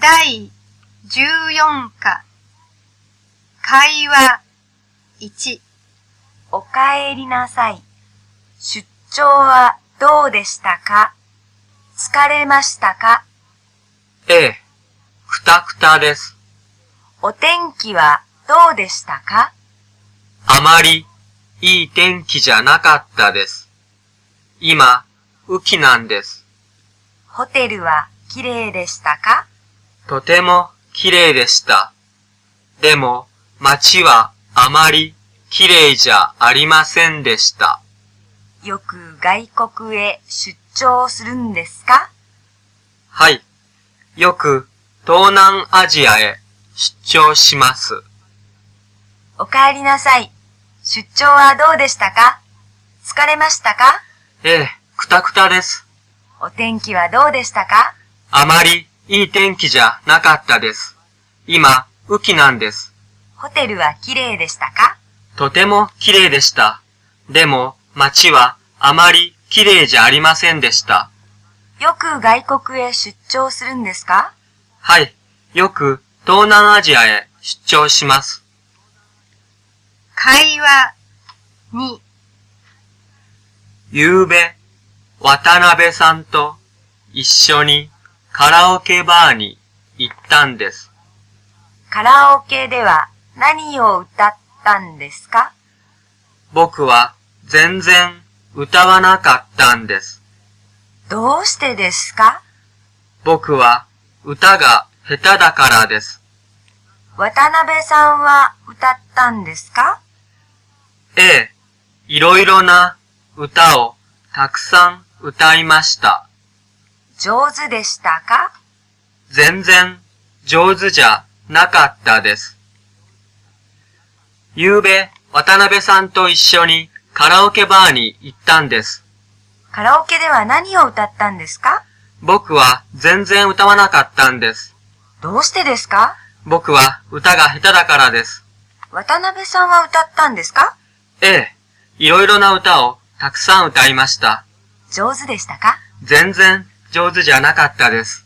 第14課、会話1、おかえりなさい。出張はどうでしたか疲れましたかええ、くたくたです。お天気はどうでしたかあまりいい天気じゃなかったです。今、雨季なんです。ホテルは綺麗でしたかとても綺麗でした。でも、街はあまり綺麗じゃありませんでした。よく外国へ出張するんですかはい。よく東南アジアへ出張します。おかえりなさい。出張はどうでしたか疲れましたかええ、くたくたです。お天気はどうでしたかあまりいい天気じゃなかったです。今、雨季なんです。ホテルは綺麗でしたかとても綺麗でした。でも、街はあまり綺麗じゃありませんでした。よく外国へ出張するんですかはい。よく東南アジアへ出張します。会話2、昨べ、渡辺さんと一緒にカラオケバーに行ったんです。カラオケでは何を歌ったんですか僕は全然歌わなかったんです。どうしてですか僕は歌が下手だからです。渡辺さんは歌ったんですかええ、いろいろな歌をたくさん歌いました。上手でしたか全然上手じゃなかったです。昨べ、渡辺さんと一緒にカラオケバーに行ったんです。カラオケでは何を歌ったんですか僕は全然歌わなかったんです。どうしてですか僕は歌が下手だからです。渡辺さんは歌ったんですかええ、いろいろな歌をたくさん歌いました。上手でしたか全然上手じゃなかったです。